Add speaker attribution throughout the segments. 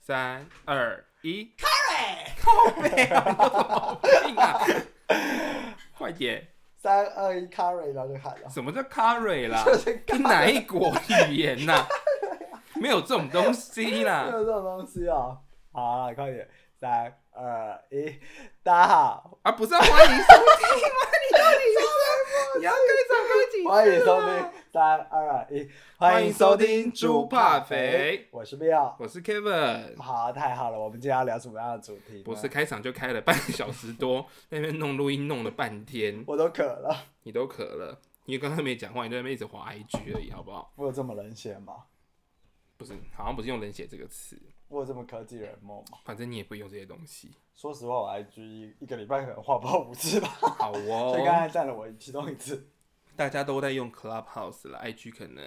Speaker 1: 三二一，carry，靠背啊，你有什么毛病啊？快点，
Speaker 2: 三二一 carry，然后就喊了。
Speaker 1: 什么叫 carry 啦
Speaker 2: 就是？
Speaker 1: 你
Speaker 2: carry
Speaker 1: 哪一国语言 呐、没有这种东西
Speaker 2: 没
Speaker 1: 啦！
Speaker 2: 有这种东西哦。好啦，快点，三二一，大家好，
Speaker 1: 啊，不是要欢迎收听吗？你到底要你要
Speaker 2: 欢
Speaker 1: 跟
Speaker 2: 迎
Speaker 1: 上
Speaker 2: 收
Speaker 1: 歌几次
Speaker 2: 听
Speaker 1: 啊？
Speaker 2: 三二一，
Speaker 1: 欢
Speaker 2: 欢
Speaker 1: 迎
Speaker 2: 迎
Speaker 1: 收
Speaker 2: 收
Speaker 1: 听
Speaker 2: 听
Speaker 1: 猪
Speaker 2: 猪
Speaker 1: 怕
Speaker 2: 怕
Speaker 1: 肥
Speaker 2: 肥，我是 Bill。
Speaker 1: 我是 Kevin，
Speaker 2: 好，太好了，我们今天要聊什么样的主题？
Speaker 1: 不是，开场就开了半个小时多，那边弄录音弄了半天，
Speaker 2: 我都渴了，
Speaker 1: 你都渴了。你刚刚没讲话，你在那边一直滑 IG 而已，好不好？
Speaker 2: 我有这么冷血吗？
Speaker 1: 不是，好像不是用冷血这个词，
Speaker 2: 我有这么科技冷漠吗？
Speaker 1: 反正你也不会用这些东西。
Speaker 2: 说实话，我 IG 一个礼拜可能画不到五次吧，
Speaker 1: 好
Speaker 2: 所以刚
Speaker 1: 哦，
Speaker 2: 才占了我其中一次。
Speaker 1: 大家都在用 Clubhouse 了，IG 可能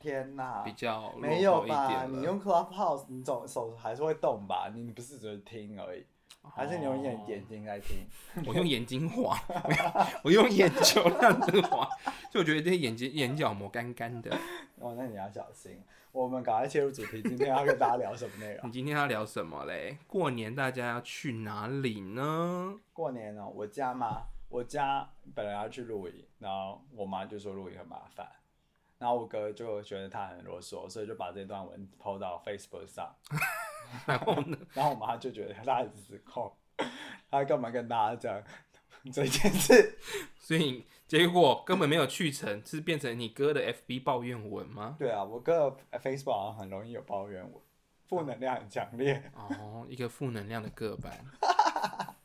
Speaker 2: 天哪
Speaker 1: 比！较落
Speaker 2: 没有
Speaker 1: 后一
Speaker 2: 吧？
Speaker 1: 点
Speaker 2: 你
Speaker 1: 了。
Speaker 2: 用 Clubhouse，你总手还是会动吧？你不是只是听而已，还是你用
Speaker 1: 哦
Speaker 2: 眼眼睛在听？
Speaker 1: 我用眼睛画，没有 我用眼球那样子画，就我觉得这些眼睛眼角膜干干的。
Speaker 2: 哦，那你要小心。我们赶快切入主题，今天要跟大家聊什么内容
Speaker 1: 你？今天要聊什么嘞？过年大家要去哪里呢？
Speaker 2: 过年哦，我家嘛，我家本来要去露营，然后我妈就说露营很麻烦，然后我哥就觉得他很啰嗦，所以就把这段文 PO 到 Facebook 上，
Speaker 1: 然后呢？
Speaker 2: 然后我妈就觉得他很失控，他干嘛跟大家讲这件事？
Speaker 1: 所以结果根本没有去成，是变成你哥的 FB 抱怨文吗？
Speaker 2: 对啊，我哥的 Facebook 好像很容易有抱怨我，负能量很强烈。
Speaker 1: 哦，一个负能量的个版。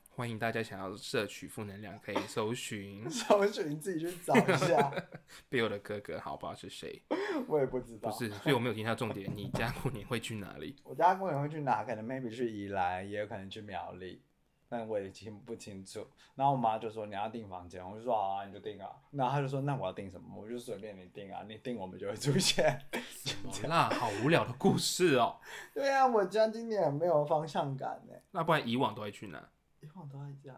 Speaker 1: 欢迎大家想要摄取负能量，可以搜寻
Speaker 2: 搜寻自己去找一下，
Speaker 1: Bill 的哥哥，好不好？是谁？
Speaker 2: 我也不知道
Speaker 1: 不。是，所以我没有听到重点。你家过年会去哪里？
Speaker 2: 我家过年会去哪？可能 maybe 去宜兰，也有可能去苗栗，但我也听不清楚。然后我妈就说你要订房间，我就说好啊，你就订啊。然后她就说那我要订什么？我就随便你订啊，你订我们就会出现。
Speaker 1: 好啦，好无聊的故事哦、
Speaker 2: 对啊，我家今年没有方向感呢，
Speaker 1: 那不然以往都会去哪？
Speaker 2: 以往都在家。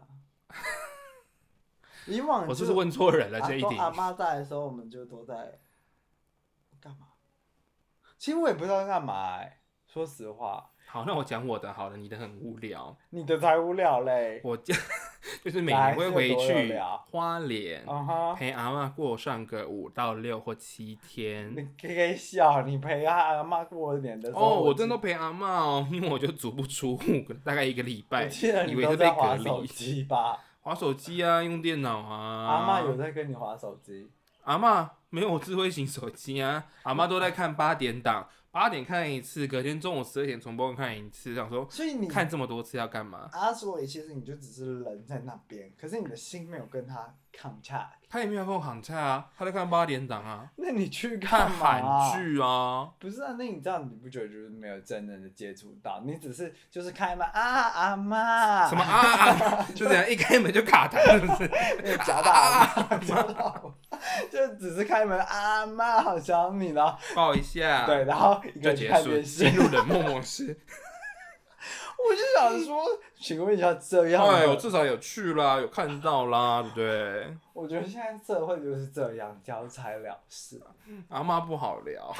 Speaker 2: 以往
Speaker 1: 我是
Speaker 2: 就
Speaker 1: 不是问错人了
Speaker 2: 阿
Speaker 1: 这一
Speaker 2: 公
Speaker 1: 点？
Speaker 2: 啊阿妈在的时候，我们就都在干嘛？其实我也不知道干嘛哎、说实话，
Speaker 1: 好，那我讲我的好了，你的很无聊。
Speaker 2: 你的才无聊嘞。
Speaker 1: 我 家就是每
Speaker 2: 来
Speaker 1: 年会回
Speaker 2: 这多无
Speaker 1: 去
Speaker 2: 聊
Speaker 1: 花莲
Speaker 2: 啊哈。
Speaker 1: 陪阿嬷过上个五到六或七天。
Speaker 2: 你可以笑，你陪他阿妈过年的时候，
Speaker 1: 哦，我真
Speaker 2: 真
Speaker 1: 的陪阿嬷哦，因为我就足不出户，大概一个礼
Speaker 2: 我
Speaker 1: 拜，
Speaker 2: 记得
Speaker 1: 以
Speaker 2: 你
Speaker 1: 为
Speaker 2: 都
Speaker 1: 是被
Speaker 2: 在
Speaker 1: 隔
Speaker 2: 划手
Speaker 1: 离。
Speaker 2: 机吧？
Speaker 1: 划手机啊，用电脑啊。
Speaker 2: 阿妈有在跟你划手机，
Speaker 1: 阿嬷没有智慧型手机啊， 阿嬷都在看八点档，八点看一次，隔天中午十二点重播看一次，想说
Speaker 2: 所以你
Speaker 1: 看这么多次要干嘛？
Speaker 2: 阿所以其实你就只是人在那边，可是你的心没有跟他 contact。
Speaker 1: 他也没有跟我喊菜啊，他在看八点档啊，
Speaker 2: 那你去
Speaker 1: 看
Speaker 2: 干嘛
Speaker 1: 韩？剧啊，
Speaker 2: 不是啊，那你这样你不觉得就是没有真正的接触到？你只是就是开门啊阿妈，
Speaker 1: 什么啊 啊，就这样一开门就卡痰，是不是？
Speaker 2: 没有夹 到阿妈，夹到阿嬷就只是开门啊阿妈，好想你，然后
Speaker 1: 抱一下，
Speaker 2: 对，，然后一个
Speaker 1: 啊就
Speaker 2: 人去
Speaker 1: 结
Speaker 2: 看
Speaker 1: 束，
Speaker 2: 电视
Speaker 1: 进。入冷漠模式。
Speaker 2: 我就想说，请问一下，这样的，
Speaker 1: 哎呦，至少有去啦，有看到啦，对不对？
Speaker 2: 我觉得现在社会就是这样，交差了事。
Speaker 1: 阿嬷不好聊，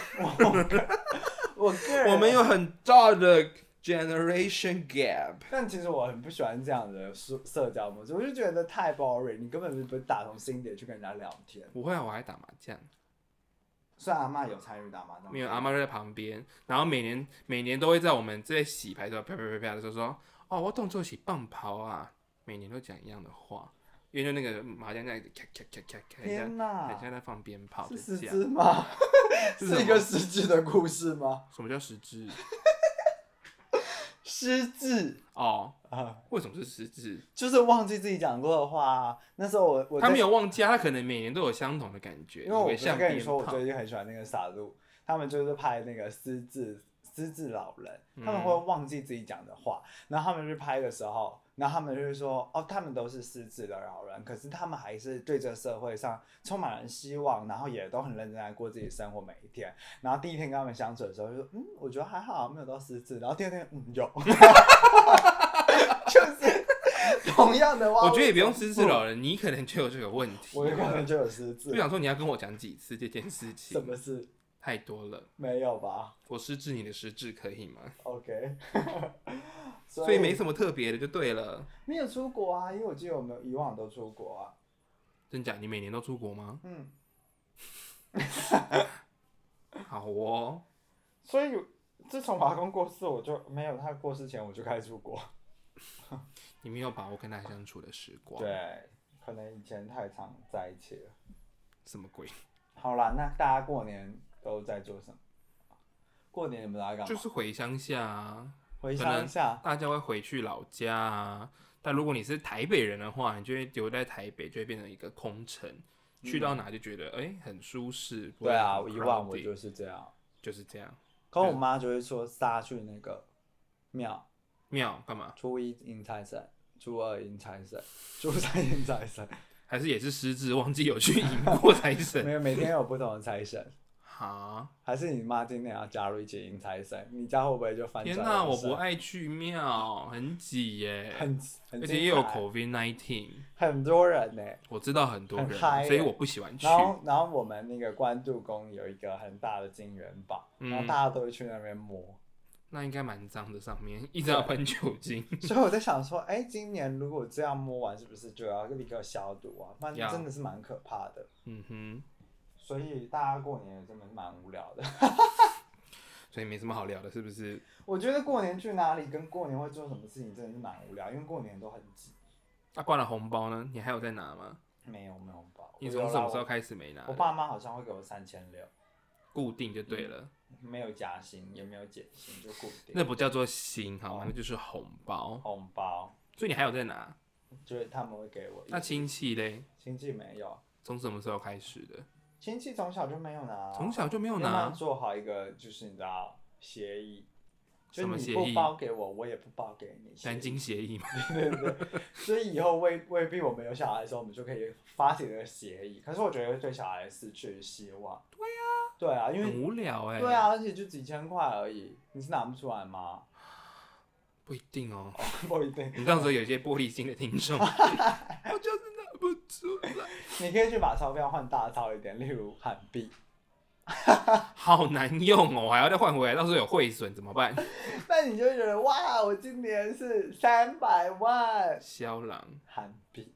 Speaker 2: 我个人，
Speaker 1: 我们有，很大的 generation gap。
Speaker 2: 但其实我很不喜欢这样的社社交模式，我就觉得太 boring，你根本就不是打从心底去跟人家聊天。
Speaker 1: 不会啊，我还打麻将。
Speaker 2: 虽然阿妈有参与打麻将，
Speaker 1: 没有，阿妈就在旁边，然后每年每年都会在我们这洗牌的时候，啪啪啪啪的时候说，哦，我动作洗棒跑啊，每年都讲一样的话，因为就那个麻将那里咔咔咔咔咔，很像
Speaker 2: 天哪
Speaker 1: 很，像在放鞭炮，
Speaker 2: 是
Speaker 1: 就
Speaker 2: 十
Speaker 1: 这样。
Speaker 2: 只吗？
Speaker 1: 是什么
Speaker 2: 是一个失智的故事吗？
Speaker 1: 什么叫十字？
Speaker 2: 失智
Speaker 1: 哦，
Speaker 2: 啊，
Speaker 1: 为什么是十字？
Speaker 2: 就是忘记自己讲过的话啊。那时候我我在
Speaker 1: 他没有忘记啊，他可能每年都有相同的感觉，
Speaker 2: 因为我
Speaker 1: 以
Speaker 2: 不
Speaker 1: 为
Speaker 2: 是
Speaker 1: 像
Speaker 2: 跟
Speaker 1: 鞭
Speaker 2: 你说，我
Speaker 1: 炮
Speaker 2: 最。近很喜欢那个傻路，他们就是拍那个失智失智老人，他们
Speaker 1: 嗯
Speaker 2: 会忘记自己讲的话，然后他们去拍的时候，然后他们就会说，哦，他们都是失智的老人，可是他们还是对这社会上充满了希望，然后也都很认真在过自己生活每一天。然后第一天跟他们相处的时候，就说，嗯，我觉得还好，没有到失智。然后第二天，嗯，有， 就是同样的话，
Speaker 1: 我觉得也不用失智老人，你可能就有这个问题。
Speaker 2: 我有可能就有失
Speaker 1: 就
Speaker 2: 智，
Speaker 1: 想说你要跟我讲几次这件事
Speaker 2: 什
Speaker 1: 情，
Speaker 2: 么事
Speaker 1: 太多了。
Speaker 2: 没有吧
Speaker 1: 我失智你的失智可以吗？
Speaker 2: ？OK，所
Speaker 1: 所以没什么特别的就对了。
Speaker 2: 没有出国啊，因为我记得我们以往都出国啊。
Speaker 1: 真假？你每年都出国吗？
Speaker 2: 嗯，
Speaker 1: 好哦，
Speaker 2: 所以自从华工过世，我就没有他过世前我就开始出国。
Speaker 1: 你没有把握跟他相处的时光。，
Speaker 2: 对，可能以前太常在一起了。
Speaker 1: 什么鬼？
Speaker 2: 好啦，那大家过年都在做什么？过年你们都在干嘛？
Speaker 1: 就是回乡下啊，
Speaker 2: 回想一下，
Speaker 1: 大家会回去老家啊。但如果你是台北人的话，你就会留在台北，就会变成一个空城。去到哪就觉得哎、很舒适。不会
Speaker 2: 对啊，
Speaker 1: 很
Speaker 2: 我以往
Speaker 1: crowded，
Speaker 2: 我就是这样。
Speaker 1: 就是这样。
Speaker 2: 可我妈就会说杀去那个庙，
Speaker 1: 庙干嘛？
Speaker 2: 初一迎财神，初二迎财神，初三迎财 神，
Speaker 1: 还是也是失智，忘记有去迎过财神
Speaker 2: 没有每天有不同的财神。
Speaker 1: 哈。
Speaker 2: 还是你妈今年要加入一起迎财神，你家会不会就翻
Speaker 1: 天
Speaker 2: 船？
Speaker 1: 哪、我不，爱去庙，很挤耶，
Speaker 2: 很很
Speaker 1: 而且
Speaker 2: 精
Speaker 1: 也有
Speaker 2: 彩
Speaker 1: COVID nineteen，
Speaker 2: 很多人呢、
Speaker 1: 我知道很多
Speaker 2: 很
Speaker 1: 人，
Speaker 2: 嗨
Speaker 1: 所以
Speaker 2: 耶
Speaker 1: 我不喜欢去
Speaker 2: 然。后，然后我们那个关渡宫有一个很大的金元宝，
Speaker 1: 嗯
Speaker 2: 然后大家都会去那 边摸。
Speaker 1: 那应该蛮脏的，上面一直要喷酒精。
Speaker 2: 所以我在想说，哎、今年如果这样摸完，是不是就要立刻消毒啊？不然
Speaker 1: 要
Speaker 2: 真的是蛮可怕的。
Speaker 1: 嗯哼，
Speaker 2: 所以大家过年也真的蛮无聊的。
Speaker 1: 所以没什么好聊的，是不是？
Speaker 2: 我觉得过年去哪里跟过年会做什么事情真的是蛮无聊，因为过年都很挤，
Speaker 1: 那、挂了红包呢？你还有在拿吗？
Speaker 2: 没有没有包。
Speaker 1: 你
Speaker 2: 我
Speaker 1: 从
Speaker 2: 有
Speaker 1: 什
Speaker 2: 啦
Speaker 1: 么时候
Speaker 2: 我
Speaker 1: 开始啊没拿的？
Speaker 2: 我爸妈好像会给我三千六。
Speaker 1: 固定就对
Speaker 2: 嗯
Speaker 1: 了，
Speaker 2: 没有加薪，也没有减薪，就固定
Speaker 1: 那不叫做薪好
Speaker 2: 哦
Speaker 1: 吗？那就是红包。
Speaker 2: 红包，
Speaker 1: 所以你还有在拿？
Speaker 2: 就是他们会给我。
Speaker 1: 那亲戚嘞？
Speaker 2: 亲戚没有，
Speaker 1: 从什么时候开始的？
Speaker 2: 亲戚从小就没有拿，
Speaker 1: 从小就没有
Speaker 2: 要不然
Speaker 1: 拿，
Speaker 2: 做好一个就是你知道协议，就
Speaker 1: 什么
Speaker 2: 是你
Speaker 1: 协
Speaker 2: 不
Speaker 1: 议
Speaker 2: 包给我，我也不包给你。
Speaker 1: 南京协议嘛。
Speaker 2: 对对对，所以以后未未必我们有小孩的时候，我们就可以发起这个协议。可是我觉得会对小孩失去希望。对呀、对啊，因为
Speaker 1: 很无聊哎、
Speaker 2: 对，啊，而且就几千块而已，你是拿不出来吗？
Speaker 1: 不一定哦。
Speaker 2: 不一定，
Speaker 1: 你到时候有一些玻璃心的听众，我就是拿不出来，
Speaker 2: 你可以去把钞票换大钞一点，例如韩币。
Speaker 1: 好难用哦，我还要再换回来，到时候有汇损怎么办？
Speaker 2: 那你就会觉得哇，我今年是三百万
Speaker 1: 肖郎，
Speaker 2: 韩币，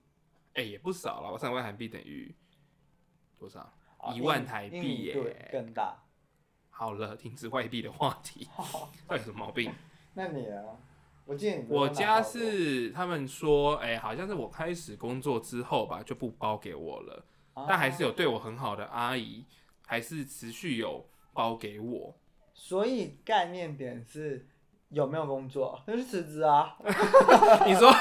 Speaker 1: 哎、也不少了，我三万韩币等于多少？
Speaker 2: 啊
Speaker 1: 一万
Speaker 2: 印
Speaker 1: 台币
Speaker 2: 印尼盾
Speaker 1: 耶
Speaker 2: 更大。
Speaker 1: 好了，停止外币的话题，到底有什么毛病？
Speaker 2: 那你呢？我记得你
Speaker 1: 我
Speaker 2: 不拿
Speaker 1: 家
Speaker 2: 超过
Speaker 1: 是他们说，哎、好像是我开始工作之后吧，就不包给我了，
Speaker 2: 啊
Speaker 1: 但还是有对我很好的阿姨，还是持续有包给我。
Speaker 2: 所以概念点是有没有工作，那就是辞职啊。
Speaker 1: 你说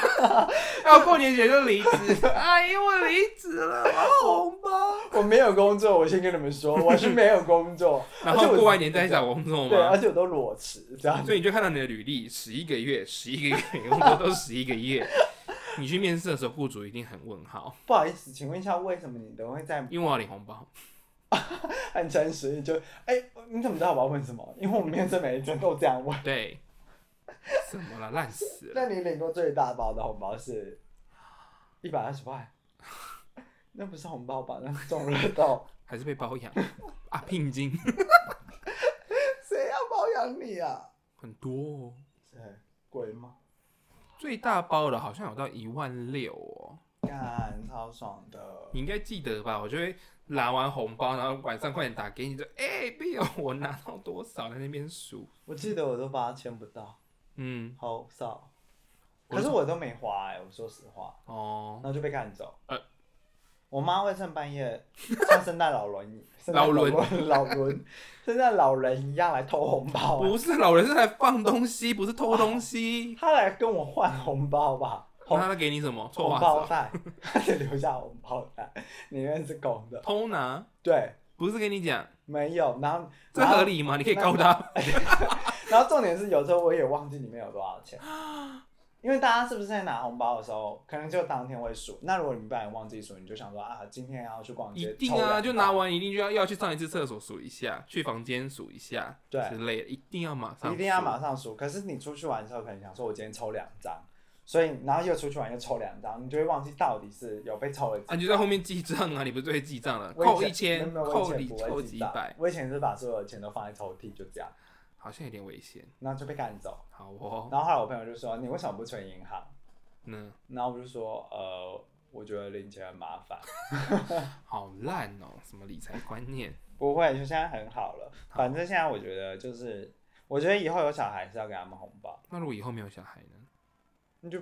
Speaker 1: 要过年前就离职，阿姨我离职了，我要红包。，
Speaker 2: 我没有工作，我先跟你们说，我是没有工作
Speaker 1: 然
Speaker 2: 而且
Speaker 1: 后
Speaker 2: 我
Speaker 1: 过完年再找工作
Speaker 2: 对，而
Speaker 1: 吗？
Speaker 2: 且我都裸辞这样子。
Speaker 1: 所以你就看到你的履历，十一个月，十一个月，工作都十一个月。你去面试的时候，雇主一定很问号，
Speaker 2: 不好意思，请问一下，为什么你都会在
Speaker 1: 因为我要领红包。
Speaker 2: 很诚实？就哎、你怎么知道我要问什么？因为我们面试每一次都这样问。
Speaker 1: 对，怎么了？烂死了！
Speaker 2: 那你领过最大包的红包是一百二十 块，那不是红包吧？那是中乐透，
Speaker 1: 还是被包养啊？聘金
Speaker 2: 谁要包养你啊？
Speaker 1: 很多哦，
Speaker 2: 是贵吗？
Speaker 1: 最大包的好像有到一万六哦。
Speaker 2: 干，超爽的！
Speaker 1: 你应该记得吧？我就会拿完红包，然后晚上快点打给你，就哎，b i 我拿到多少，在那边数。
Speaker 2: 我记得我都八千不到，
Speaker 1: 嗯，
Speaker 2: 好少。
Speaker 1: 我
Speaker 2: 可是我都没花哎、我说实话，
Speaker 1: 哦
Speaker 2: 然，后就被赶走。
Speaker 1: 呃
Speaker 2: 我妈会趁半夜像圣诞老 人一、圣诞
Speaker 1: 老人
Speaker 2: 老 人、圣诞老人一样来偷红包、欸，
Speaker 1: 不是老人是来放东西，不是偷东西。
Speaker 2: 她来跟我换红包吧？ 红
Speaker 1: 那他给你什么？臭
Speaker 2: 红
Speaker 1: 袜
Speaker 2: 包
Speaker 1: 子哦、
Speaker 2: 袋，他得留下红包袋，里面是空的。
Speaker 1: 偷拿？
Speaker 2: 对，
Speaker 1: 不是跟你讲，
Speaker 2: 没有。然后，
Speaker 1: 这
Speaker 2: 然
Speaker 1: 合
Speaker 2: 后，
Speaker 1: 理吗？你可以告他。
Speaker 2: 然后重点是有时候我也忘记里面有多少钱，因为大家是不是在拿红包的时候，可能就当天会数。那如果你不然忘记数，你就想说啊，今天要去逛街，
Speaker 1: 一定
Speaker 2: 抽两
Speaker 1: 啊，
Speaker 2: 包
Speaker 1: 就拿，完一定就要要去上一次厕所数一下，去房间数一下，
Speaker 2: 对
Speaker 1: 之类的，一定要马上，
Speaker 2: 一定要马，上数。可是你出去玩的时候，可能想说我今天抽两张，所以然后又出去玩又抽两张，你就会忘记到底是有被抽了几
Speaker 1: 啊，你就在后面记账啊，你不是会记账了，
Speaker 2: 我
Speaker 1: 扣
Speaker 2: 以前
Speaker 1: 一千，
Speaker 2: 没有没有我以
Speaker 1: 扣
Speaker 2: 前
Speaker 1: 里
Speaker 2: 不会
Speaker 1: 扣
Speaker 2: 记
Speaker 1: 几
Speaker 2: 账
Speaker 1: 百，
Speaker 2: 我以前是把所有的钱都放在抽屉，就这样，
Speaker 1: 好像有点危险，
Speaker 2: 然后就被赶走。
Speaker 1: 好哦，
Speaker 2: 然后后来我朋友就说：“你为什么不存银行
Speaker 1: 嗯，？”
Speaker 2: 然后我就说：“呃，我觉得领钱很麻烦。
Speaker 1: 好烂哦，什么理财观念，”
Speaker 2: 不会，就现在很好了。反正现在我觉得就是，我觉得以后有小孩是要给他们红包，
Speaker 1: 那如果以后没有小孩呢？
Speaker 2: 你就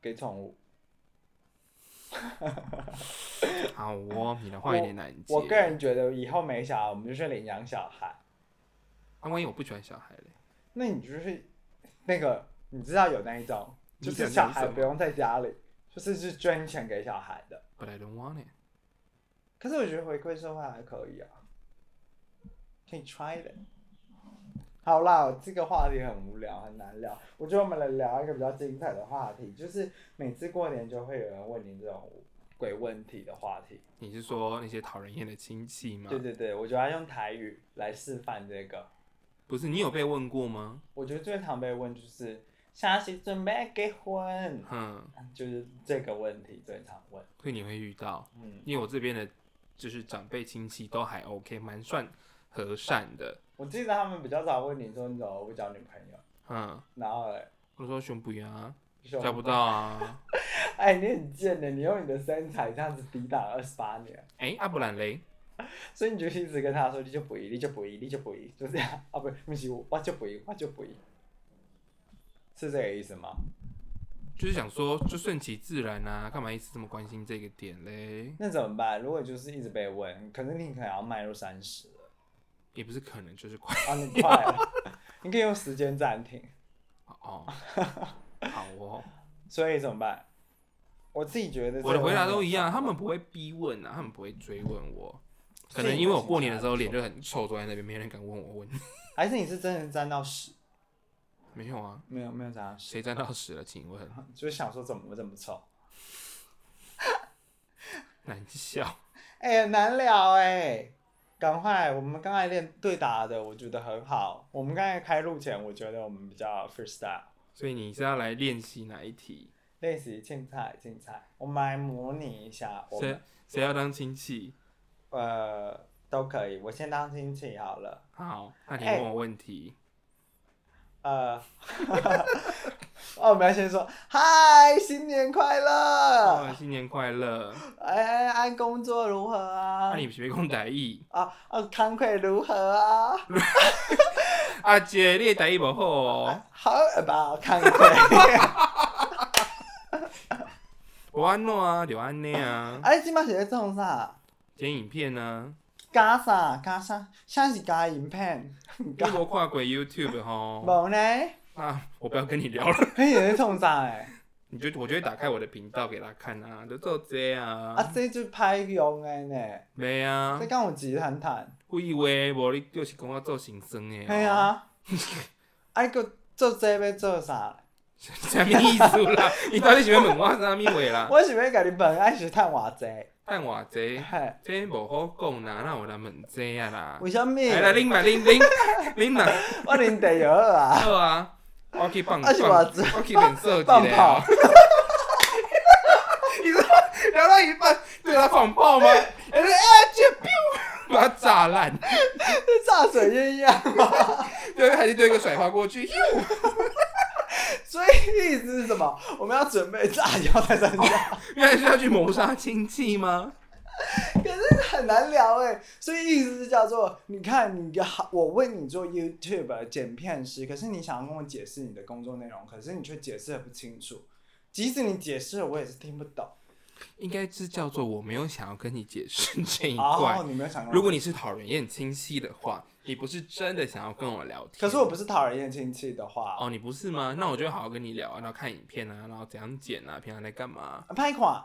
Speaker 2: 给宠物。
Speaker 1: 好哦，你的话有点难接，
Speaker 2: 我个人觉得以后没小孩，我们就去领养小孩。
Speaker 1: 那万一我不喜欢小孩嘞？
Speaker 2: 那你就是那个，你知道有那一种，就
Speaker 1: 你讲
Speaker 2: 是
Speaker 1: 的是
Speaker 2: 小孩
Speaker 1: 什么
Speaker 2: 不用在家里，就是是捐钱给小孩的。
Speaker 1: But I don't want it。
Speaker 2: 可是我觉得回馈社会还可以啊，可以 try 的。好啦，这个话题很无聊，很难聊。我觉得我们来聊一个比较精彩的话题，就是每次过年就会有人问你这种鬼问题的话题。
Speaker 1: 你是说那些讨人厌的亲戚吗
Speaker 2: 对？对对，我觉得要用台语来示范这个。
Speaker 1: 不是，你有被问过吗？
Speaker 2: 我觉得最常被问就是啥时准备结婚，
Speaker 1: 嗯，
Speaker 2: 就是这个问题最常问。
Speaker 1: 所以你会遇到，
Speaker 2: 嗯，
Speaker 1: 因为我这边的就是长辈亲戚都还 OK，蛮算和善的。
Speaker 2: 我记得他们比较早问你说你怎么不交女朋友，
Speaker 1: 嗯，
Speaker 2: 然后嘞，
Speaker 1: 我说熊不呀，
Speaker 2: 就
Speaker 1: 交不到啊。
Speaker 2: 哎，你很贱的，你用你的身材这样子抵挡二十八年，
Speaker 1: 哎、阿布兰雷，
Speaker 2: 所以你就一直跟他说你就不一，你就不一，你就不一，就这样啊，不，不是我，我就不一，我就不一，是这个意思吗？
Speaker 1: 就是想说就顺其自然啊，干嘛一直这么关心这个点嘞？
Speaker 2: 那怎么办？如果就是一直被问，可是你可能要迈入三十了
Speaker 1: 也不是可能就是快
Speaker 2: 啊，你快 了，你可以用时间暂停，
Speaker 1: 哦， 好哦。
Speaker 2: 所以怎么办？我自己觉得
Speaker 1: 我的回答都一
Speaker 2: 样，
Speaker 1: 样，他们不会逼问啊，他们不会追问我。可能因为我过年的时候脸就很臭，坐在那边没人敢问我问题。
Speaker 2: 还是你是真的沾到屎？
Speaker 1: 没有啊，
Speaker 2: 没有没有沾到屎，
Speaker 1: 谁沾到屎了？请问，
Speaker 2: 就是想说怎么这么臭？
Speaker 1: 难笑。
Speaker 2: 哎、很难聊哎、赶快，我们刚才练对答的，我觉得很好。我们刚才开录前，我觉得我们比较 freestyle，
Speaker 1: 所以你是要来练习哪一题？
Speaker 2: 练习竞赛竞赛。我们来模拟一下，我
Speaker 1: 谁
Speaker 2: 们
Speaker 1: 谁要当亲戚？
Speaker 2: 呃都可以。我先当亲戚好了。
Speaker 1: 好，那你
Speaker 2: 哎
Speaker 1: 问我问题。
Speaker 2: 呃，哦，我们要先说嗨，新年快
Speaker 1: 哦
Speaker 2: 乐！
Speaker 1: 新年快乐！
Speaker 2: 哎，安工作如何啊
Speaker 1: 那？你学讲台语？
Speaker 2: 啊啊，康快如何啊？
Speaker 1: 阿啊姐，你的台语不好哦。
Speaker 2: 好吧，康快。
Speaker 1: 我安诺啊，就安尼啊。
Speaker 2: 哎，今麦是咧创啥？
Speaker 1: 剪影片啊呢、
Speaker 2: 加啥加啥？啥是加影片？
Speaker 1: 啊？你无看过 YouTube 吼？
Speaker 2: 无呢？
Speaker 1: 啊，我不要跟你聊了。
Speaker 2: 嘿，你在创啥诶？
Speaker 1: 你就我就会打开我的频道给他看啊，就做这啊，
Speaker 2: 啊，这就歹用诶呢。
Speaker 1: 没啊
Speaker 2: 这，敢有钱谈谈？
Speaker 1: 故意话无你就是讲我做行生的、哦
Speaker 2: 嘿，啊！啊，佮做这要做啥？
Speaker 1: 什么意思啦？你到底想要问我啥物话啦？
Speaker 2: 我想要甲你问，爱是趁偌济？
Speaker 1: 但我这
Speaker 2: 嘿，
Speaker 1: 这无好讲啦，哪有人问这啊啦？
Speaker 2: 为什么？
Speaker 1: 来来，恁来恁恁恁啦，
Speaker 2: 我啉地药啊！
Speaker 1: 好啊，我去放
Speaker 2: 啊
Speaker 1: 放，
Speaker 2: 是我这
Speaker 1: 我去变色一
Speaker 2: 放
Speaker 1: 下
Speaker 2: 炮
Speaker 1: 哦。你说聊到一半对他放炮吗？哎哎，这把他炸烂。
Speaker 2: 这炸水鸳鸯嘛。
Speaker 1: 对，还是丢一个甩花过去，
Speaker 2: 所以意思是什么？我们要准备炸药在身上，
Speaker 1: 原来是要去谋杀亲戚吗？
Speaker 2: 可是很难聊哎、所以意思是叫做，你看你好，我问你做 YouTube 剪片师，可是你想要跟我解释你的工作内容，可是你却解释的不清楚，即使你解释了，我也是听不懂。
Speaker 1: 应该是叫做我没有想要跟你解释这一
Speaker 2: 然后
Speaker 1: 块。
Speaker 2: 啊你没有想过，
Speaker 1: 如果你是讨人厌亲戚的话，你不是真的想要跟我聊天。
Speaker 2: 可是我不是讨人厌亲戚的话，啊
Speaker 1: 哦，你不是吗？那我就会好好跟你聊啊，然后看影片啊，然后怎样剪啊，平常在干嘛？
Speaker 2: 拍垮，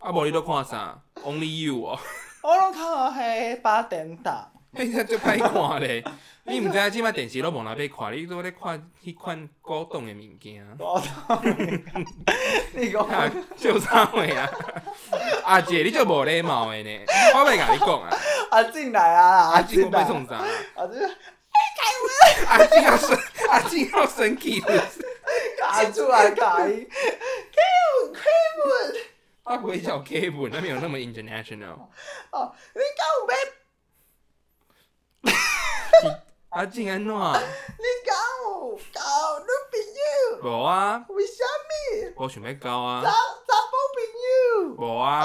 Speaker 1: 啊，无你都看啥？Only you 哦，哎
Speaker 2: 我拢看到黑八点档，
Speaker 1: 那就拍看嘞。你毋知影即摆电视都无人要看，你都咧看迄款古董的物件。
Speaker 2: 我操！你讲
Speaker 1: 啊，就啥话啊？ 阿姐，你就无礼貌的呢，我咪甲你讲啊，
Speaker 2: 啊进来啊，
Speaker 1: 阿
Speaker 2: 啊
Speaker 1: 静
Speaker 2: 进
Speaker 1: 我被
Speaker 2: 来啊，
Speaker 1: 送啥？
Speaker 2: 啊这
Speaker 1: 阿静要生，阿静要生气是不是？
Speaker 2: 卡啊出来卡 音，
Speaker 1: 他不会叫 K 文，他没有那么 international。
Speaker 2: 哦，你讲有要
Speaker 1: 阿静安怎啊？
Speaker 2: 你讲有交女朋
Speaker 1: 无啊，
Speaker 2: 友？为什么？
Speaker 1: 我想要交啊
Speaker 2: 查，查某朋友，
Speaker 1: 无啊，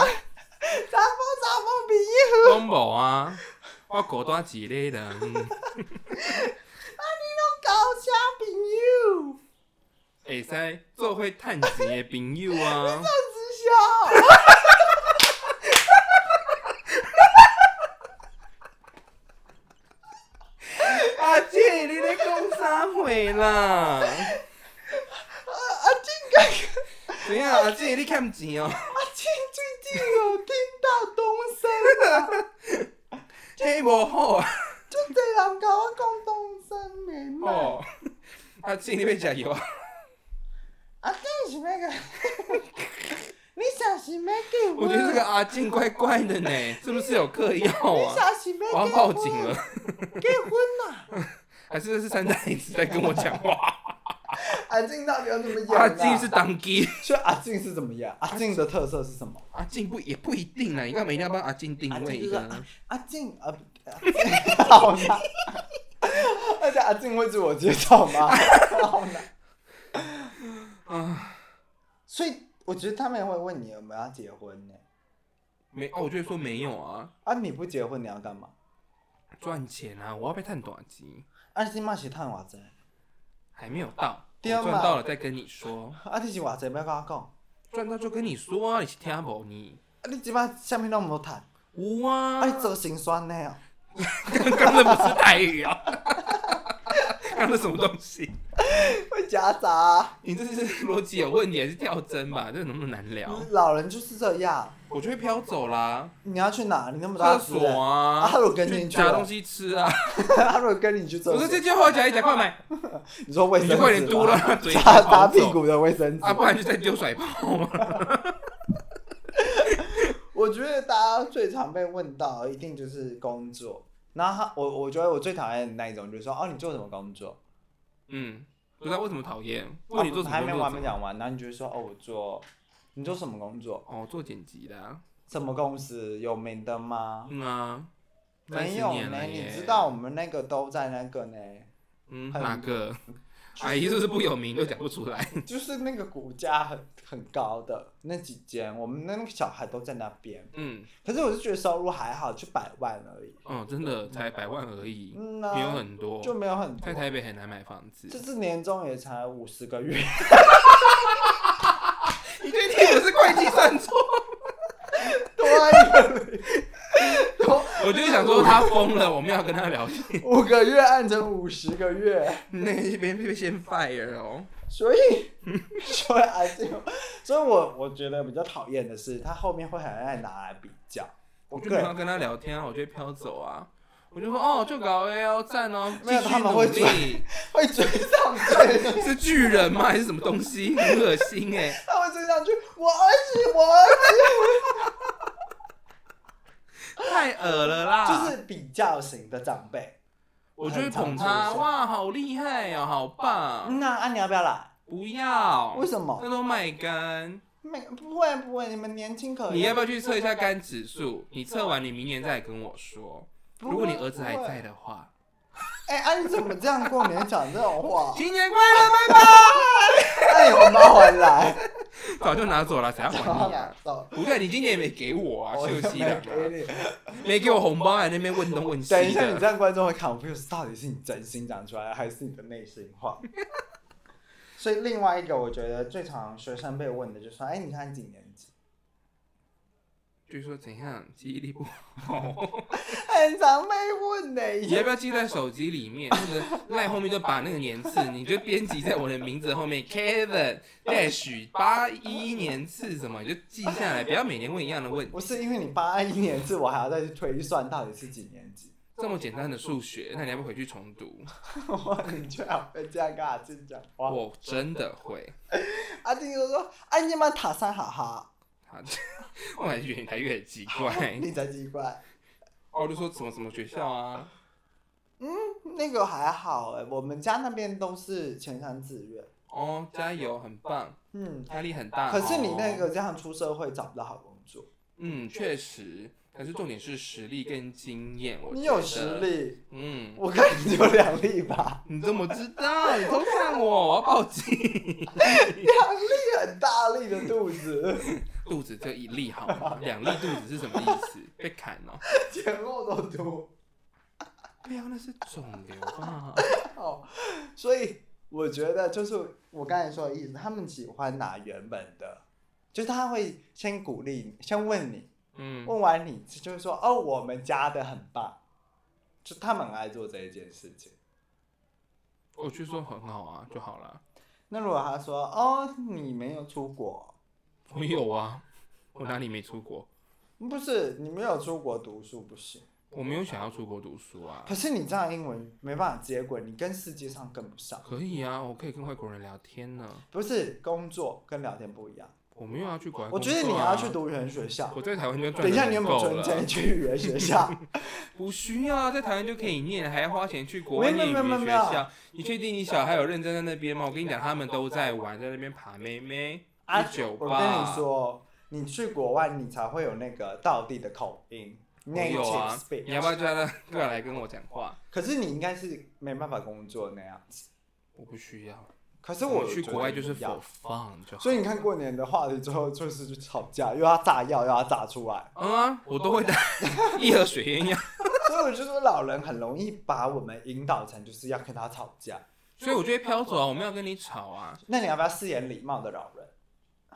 Speaker 2: 查某查某朋友，
Speaker 1: 拢无啊，我孤单一个人。
Speaker 2: 拢交啥朋友？
Speaker 1: 会使做伙趁钱的朋友啊，
Speaker 2: 直销。
Speaker 1: 阿姐，你咧讲啥话啦？
Speaker 2: 啊啊！真个
Speaker 1: 怎样？阿姐，你欠钱哦、
Speaker 2: 啊！真最近有听到东升啊，
Speaker 1: 这无好啊。
Speaker 2: 足侪人甲我讲东升免
Speaker 1: 哦，阿姐，你要食药啊？
Speaker 2: 啊，这是那个，你想是要给
Speaker 1: 我觉得这个阿静怪怪的呢，是不是有嗑药
Speaker 2: 你
Speaker 1: 啊？
Speaker 2: 想是要
Speaker 1: 我要报警了，
Speaker 2: 结婚呐？
Speaker 1: 还是是三代一直在跟我讲 话？啊
Speaker 2: 阿静到底要怎么演、啊？
Speaker 1: 阿静是当机，
Speaker 2: 所以阿静是怎么样？阿静的特色是什么？
Speaker 1: 阿静不也不一定啦，你干嘛一定要帮阿静定
Speaker 2: 阿
Speaker 1: 位
Speaker 2: 静
Speaker 1: 一
Speaker 2: 就是
Speaker 1: 个
Speaker 2: 啊
Speaker 1: 呢？
Speaker 2: 阿静 啊，不阿静好难。而且阿静会自我介绍 吗？好难。
Speaker 1: 啊？
Speaker 2: 所以我觉得他们会问你有没有要结婚呢、
Speaker 1: 没哦，我就说没有啊，
Speaker 2: 啊，你不结婚你要干嘛？
Speaker 1: 赚钱啊，我要被探短期，
Speaker 2: 啊，你嘛是趁偌济？
Speaker 1: 还没有到，我
Speaker 2: 对嘛
Speaker 1: 赚到了再跟你说，
Speaker 2: 啊，你是偌济要跟我讲？
Speaker 1: 赚到就跟你说啊，你是听无呢？
Speaker 2: 啊，你即摆啥物拢无趁，啊，
Speaker 1: 有啊，
Speaker 2: 你做心酸呢哦。
Speaker 1: 刚刚那不是台语啊， 刚刚那什么东西？
Speaker 2: 会夹杂、啊，
Speaker 1: 你这是逻辑有问题还是跳针吧？这能不能难聊？
Speaker 2: 老人就是这样。
Speaker 1: 我就会飘走啦，
Speaker 2: 你要去哪？你那么大
Speaker 1: 厕
Speaker 2: 只
Speaker 1: 所啊，
Speaker 2: 啊我跟进去了
Speaker 1: 拿东西吃啊。
Speaker 2: 他如果跟你去做
Speaker 1: 我说
Speaker 2: 什
Speaker 1: 这
Speaker 2: 么，
Speaker 1: 句话讲一讲，快买，
Speaker 2: 你说卫
Speaker 1: 你
Speaker 2: 生
Speaker 1: 就
Speaker 2: 纸
Speaker 1: 快点嘟
Speaker 2: 吗
Speaker 1: 了，嘴
Speaker 2: 擦
Speaker 1: 跑
Speaker 2: 擦
Speaker 1: 走
Speaker 2: 啊屁股的卫生纸。
Speaker 1: 啊，不然就再丢甩炮嘛。
Speaker 2: 我觉得大家最常被问到，一定就是工作。然后他，我我觉得我最讨厌的那一种，就是说，哦，你做什么工作？
Speaker 1: 嗯，不知道为什么讨厌，问你做什
Speaker 2: 啊
Speaker 1: 么
Speaker 2: 还没
Speaker 1: 工
Speaker 2: 完没
Speaker 1: 作？
Speaker 2: 讲完，然后你就会说，哦，我做，你做什么工作？
Speaker 1: 哦，做剪辑的啊。
Speaker 2: 什么公司？有名的吗？
Speaker 1: 嗯啊，
Speaker 2: 没有
Speaker 1: 30年
Speaker 2: 呢，
Speaker 1: 了
Speaker 2: 你
Speaker 1: 耶
Speaker 2: 知道我？们那个都在那个呢，
Speaker 1: 嗯，
Speaker 2: 很
Speaker 1: 哪 个？
Speaker 2: 就是
Speaker 1: 阿姨是不是不有名都讲不出来？
Speaker 2: 就是那个股价很很高的那几间，我们那个小孩都在那边。
Speaker 1: 嗯，
Speaker 2: 可是我是觉得收入还好，就百万而已。
Speaker 1: 哦，真的才百万而已，
Speaker 2: 嗯
Speaker 1: 没有
Speaker 2: 啊，
Speaker 1: 很多。
Speaker 2: 就没有很
Speaker 1: 在
Speaker 2: 多。
Speaker 1: 台北很难买房子。
Speaker 2: 这次年终也才五十个月，
Speaker 1: 你确定我是会计算 错？
Speaker 2: 多一个
Speaker 1: 我就想说他疯了，我们要跟他聊天。
Speaker 2: 五个月按成五十个月，
Speaker 1: 那边被先 fire 哦。
Speaker 2: 所以所以啊，这个，所以我我觉得比较讨厌的是，他后面会很爱拿来比较。我
Speaker 1: 我就
Speaker 2: 个
Speaker 1: 没
Speaker 2: 人
Speaker 1: 有跟他聊天啊，我就会飘走啊。我就说哦，就搞 A L 赞哦，继
Speaker 2: 没有
Speaker 1: 续
Speaker 2: 他们
Speaker 1: 努
Speaker 2: 会
Speaker 1: 力。
Speaker 2: 会追上 去，
Speaker 1: 是巨人吗？还是什么东西？很恶心哎、
Speaker 2: 他会追上去，我儿子，我儿
Speaker 1: 太恶了啦！
Speaker 2: 子，就是比较型的长辈。
Speaker 1: 我就会捧他，哇，好厉害哦，好棒！
Speaker 2: 嗯那啊，你要不要来？
Speaker 1: 不要，
Speaker 2: 为什么？
Speaker 1: 那都卖干。
Speaker 2: 没不会不会，你们年轻可
Speaker 1: 你要不要
Speaker 2: 要？
Speaker 1: 去测一下肝指数？你测完，你明年再来跟我说。
Speaker 2: 不会
Speaker 1: 如果你儿子还在
Speaker 2: 不会
Speaker 1: 的话，
Speaker 2: 哎、啊，你怎么这样过年讲这 种话？哎
Speaker 1: 新年快乐，拜
Speaker 2: 那你红包还来？
Speaker 1: 拜！ 早就拿走了，谁要 管你啊？
Speaker 2: 走，
Speaker 1: 不对，你今年也没给我啊，
Speaker 2: 我
Speaker 1: 休
Speaker 2: 也
Speaker 1: 息
Speaker 2: 没
Speaker 1: 了，
Speaker 2: 给你。
Speaker 1: 没给我红包，还在那边问东问西
Speaker 2: 等一下，你这
Speaker 1: 的。
Speaker 2: 样观众会 confuse，到底是你真心讲出来，还是你的内心话？ 所以另外一个，我觉得最常学生被问的就是说：“哎，你看几年级
Speaker 1: 据说怎样记忆力不 好，？”
Speaker 2: 很常被问的、
Speaker 1: 你要不要记在手机里面，或者赖后面就把那个年次，你就编辑在我的名字后面，Kevin Dash 八一年次什么，你就记下来，不要每年问一样的问题。
Speaker 2: 不是因为你八一年次，我还要再去推算到底是几年级。
Speaker 1: 这么简单的数学，那你要不要回去重读？
Speaker 2: 哇，你居然会这样跟阿静讲话？
Speaker 1: 我真的会。
Speaker 2: 阿静就说：“哎，你们塔山哈哈，
Speaker 1: 他， 我感觉越来越奇 怪。
Speaker 2: 你才奇怪。
Speaker 1: 我就说什么什么学校啊？
Speaker 2: 那个还好哎，我们家那边都是前三志愿。
Speaker 1: 哦，加油，很棒，
Speaker 2: 嗯，
Speaker 1: 压力很大。
Speaker 2: 可是你那
Speaker 1: 哦，
Speaker 2: 个这样出社会找不到好工作，
Speaker 1: 嗯，确实。可是重点是实力跟经验，我
Speaker 2: 你
Speaker 1: 觉
Speaker 2: 有
Speaker 1: 得
Speaker 2: 实，力，
Speaker 1: 嗯，
Speaker 2: 我看你就两粒 吧，
Speaker 1: 你怎么知道？你偷看我，我要报警。
Speaker 2: 力很大力的肚子，
Speaker 1: 肚子就一粒好吗？两粒肚子是什么意思？被砍哦、
Speaker 2: 前后都凸。
Speaker 1: 不要，那是肿瘤吧？
Speaker 2: 哦，所以我觉得就是我刚才说的意思，他们喜欢拿原本的，就是他会先鼓励你，先问你，
Speaker 1: 嗯，
Speaker 2: 问完你就是说哦，我们家的很棒，就他们很爱做这一件事情。
Speaker 1: 我就说很好啊，就好了。
Speaker 2: 那如果他说哦，你没有出国，
Speaker 1: 我有啊，我哪里没出国？
Speaker 2: 不是你没有出国读书不行，
Speaker 1: 我没有想要出国读书啊。
Speaker 2: 可是你这样英文没办法接轨，你跟世界上跟不上。
Speaker 1: 可以啊，我可以跟外国人聊天呢。
Speaker 2: 不是工作跟聊天不一样，
Speaker 1: 我没有要去国外、啊
Speaker 2: 我觉得你要去。读语言学校。
Speaker 1: 我在台湾就赚
Speaker 2: 等一下，你有没有
Speaker 1: 得
Speaker 2: 存
Speaker 1: 够
Speaker 2: 钱
Speaker 1: 了？
Speaker 2: 去语言 学校？
Speaker 1: 不需要啊，在台湾就可以念，还要花钱去国外念语
Speaker 2: 没有没有
Speaker 1: 言
Speaker 2: 没有
Speaker 1: 学
Speaker 2: 没有
Speaker 1: 校。你确定你小孩有认真在那边吗？我跟你讲，他们都在玩，在那边爬妹妹、
Speaker 2: 啊
Speaker 1: 去酒吧。
Speaker 2: 我跟你，说，你去国外，你才会有那个道地的口音
Speaker 1: 我有
Speaker 2: ，native
Speaker 1: 啊。
Speaker 2: speak。
Speaker 1: 你要不要叫他过来跟我讲话？
Speaker 2: 可是你应该是没办法工作那样子。
Speaker 1: 我不需要。
Speaker 2: 可是我
Speaker 1: 去
Speaker 2: 觉得
Speaker 1: 国外就是
Speaker 2: 不一样
Speaker 1: for fun 就好。
Speaker 2: 所以你看过年的话题之后，就是去吵架，又要炸药，又要炸出来。
Speaker 1: 嗯啊，我都会 带一盒水烟药，
Speaker 2: 所以我就说，老人很容易把我们引导成就是要跟他吵架。
Speaker 1: 所以我就会飘走啊，我没有跟你吵啊。
Speaker 2: 那你要不要饰演礼貌的老人？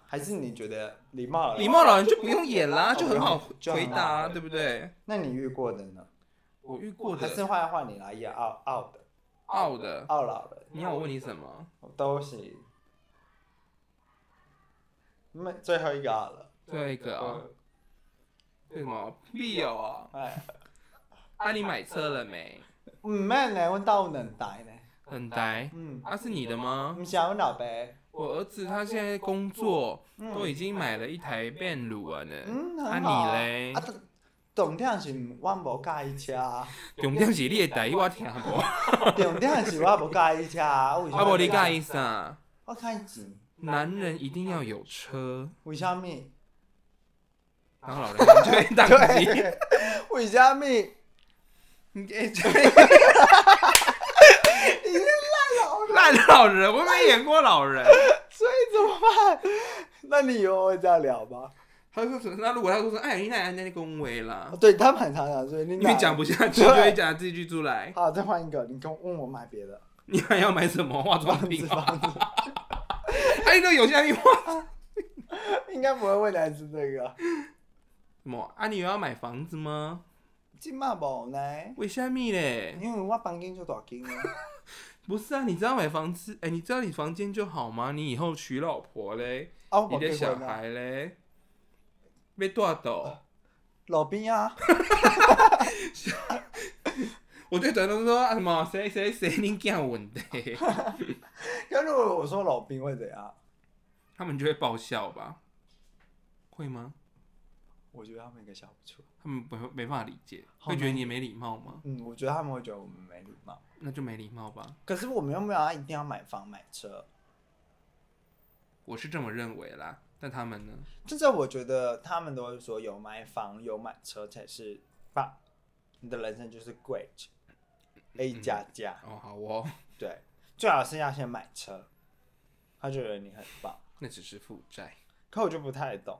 Speaker 2: 还是你觉得礼貌的
Speaker 1: 礼？貌老人就不用演啦，
Speaker 2: 哦
Speaker 1: 就很好
Speaker 2: 就很
Speaker 1: 回
Speaker 2: 好
Speaker 1: 答啊，对不对？
Speaker 2: 那你遇过的呢？
Speaker 1: 我遇过
Speaker 2: 还
Speaker 1: 的
Speaker 2: 是换换你来演傲傲的
Speaker 1: 傲的，
Speaker 2: 傲老人？
Speaker 1: 你要我问你什么？
Speaker 2: 都行。那最后一个好了。
Speaker 1: 这个啊，对什么必有啊？
Speaker 2: 哎，
Speaker 1: 啊，你买车了没？
Speaker 2: 唔咩呢？阮兜有两台呢。
Speaker 1: 很呆，
Speaker 2: 嗯，
Speaker 1: 啊是你的吗？
Speaker 2: 唔是啊，阮老爸。
Speaker 1: 我儿子他现在工作都
Speaker 2: 嗯，
Speaker 1: 已经买了一台变鲁了呢，
Speaker 2: 嗯，
Speaker 1: 啊
Speaker 2: 很好
Speaker 1: 你嘞
Speaker 2: 啊，？重点是我无介意车，啊
Speaker 1: 重点是你的台语我听无，啊
Speaker 2: 重点是我无介意车。 我为什么
Speaker 1: 无你介意啥？
Speaker 2: 我看钱，
Speaker 1: 男人一定要有车，
Speaker 2: 为什 么？
Speaker 1: 然后老人就会当机。
Speaker 2: 对， 为什么？你
Speaker 1: 你给这 烂老人，我没演过老人。
Speaker 2: 所以怎么办？那你以后会这样聊吗？
Speaker 1: 他说什么？那如果他说说，哎，你奶奶在恭维啦，
Speaker 2: 啊对他们很常讲，所以你
Speaker 1: 因为讲不下去
Speaker 2: 对
Speaker 1: 就会讲自己句出来。
Speaker 2: 好，再换一个，你跟我问我买别 的
Speaker 1: 你还要买什么化
Speaker 2: 房
Speaker 1: 妆 品
Speaker 2: 子，
Speaker 1: 啊？
Speaker 2: 房子。
Speaker 1: 哎，那有些人化
Speaker 2: 应该不会问男生这个。
Speaker 1: 什么？啊，你有要买房子吗？
Speaker 2: 今嘛无呢，
Speaker 1: 为什么嘞？
Speaker 2: 因为我房间就大 间啊。
Speaker 1: 不是啊，你知道买房子，哎，你知道你房间就好吗？你以后娶老婆嘞，
Speaker 2: 啊，我
Speaker 1: 你
Speaker 2: 无
Speaker 1: 的
Speaker 2: 结
Speaker 1: 小
Speaker 2: 婚啊，
Speaker 1: 孩嘞，被多少？
Speaker 2: 路边啊，
Speaker 1: 我最短都说啊什么谁谁谁你干稳的，
Speaker 2: 跟如果我说路边会怎样？
Speaker 1: 他们就会爆笑吧？会吗？
Speaker 2: 我觉得他们应该笑不出来。
Speaker 1: 他们不会没办法理解，
Speaker 2: 好
Speaker 1: 会觉得你没礼貌吗？
Speaker 2: 嗯，我觉得他们会觉得我们没礼貌。
Speaker 1: 那就没礼貌吧，
Speaker 2: 可是我们又没有要一定要买房买车，
Speaker 1: 我是这么认为啦。但他们呢？
Speaker 2: 就是我觉得他们都会说有买房有买车才是棒，你的人生就是 great，A 加加，
Speaker 1: 哦，好哦，
Speaker 2: 对，最好是要先买车，他就觉得你很棒。
Speaker 1: 那只是负债。
Speaker 2: 可我就不太懂，